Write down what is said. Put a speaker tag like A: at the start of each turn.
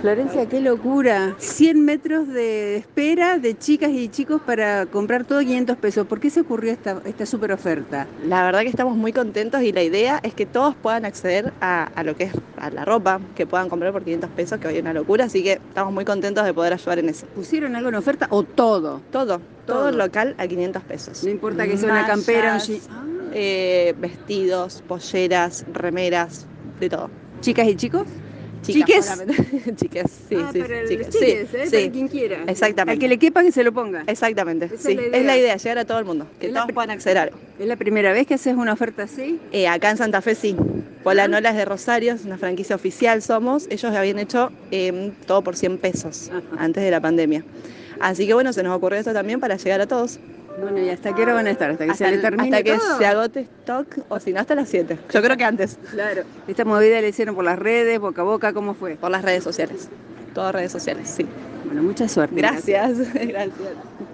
A: Florencia, qué locura. 100 metros de espera de chicas y chicos para comprar todo 500 pesos. ¿Por qué se ocurrió esta, esta super oferta?
B: La verdad que estamos muy contentos y la idea es que todos puedan acceder a, a lo que es a la ropa, que puedan comprar por 500 pesos, que hoy es una locura, así que estamos muy contentos de poder ayudar en eso.
A: ¿Pusieron algo en oferta o todo?
B: Todo, todo, el local a 500 pesos.
A: No importa que sea una campera, un
B: Mallas,
A: jean- Ah.
B: eh, vestidos, polleras, remeras, de todo.
A: ¿Chicas y chicos?
B: Chicas,
A: ¿Chiques?
B: solamente. Chiques, sí,
A: ah,
B: sí,
A: para los
B: chicas,
A: chiques,
B: sí,
A: ¿eh?
B: sí.
A: Para quien quiera.
B: Exactamente.
A: Al que le quepa que se lo ponga.
B: Exactamente,
A: Esa es
B: sí.
A: la
B: Es la
A: idea.
B: idea, llegar a todo el mundo, que
A: Es la
B: todos
A: pri-
B: puedan acceder a algo.
A: ¿Es la primera vez que haces una oferta así?
B: Eh, acá en Santa Fe sí. Polanola es de Rosario, es una franquicia oficial somos. Ellos habían hecho eh, todo por 100 pesos
A: Ajá.
B: antes de la pandemia. Así que bueno, se nos ocurrió esto también para llegar a todos.
A: Bueno, ¿y hasta qué hora van a estar? ¿Hasta que
B: hasta
A: se le
B: el-
A: termine
B: hasta que
A: todo?
B: se agote stock o si no hasta las 7. Yo creo que antes,
A: Claro. Esta movida la hicieron por las redes, boca a boca, ¿cómo fue?
B: por las redes sociales. Todas redes sociales, sí.
A: Bueno, mucha suerte.
B: Gracias. Gracias.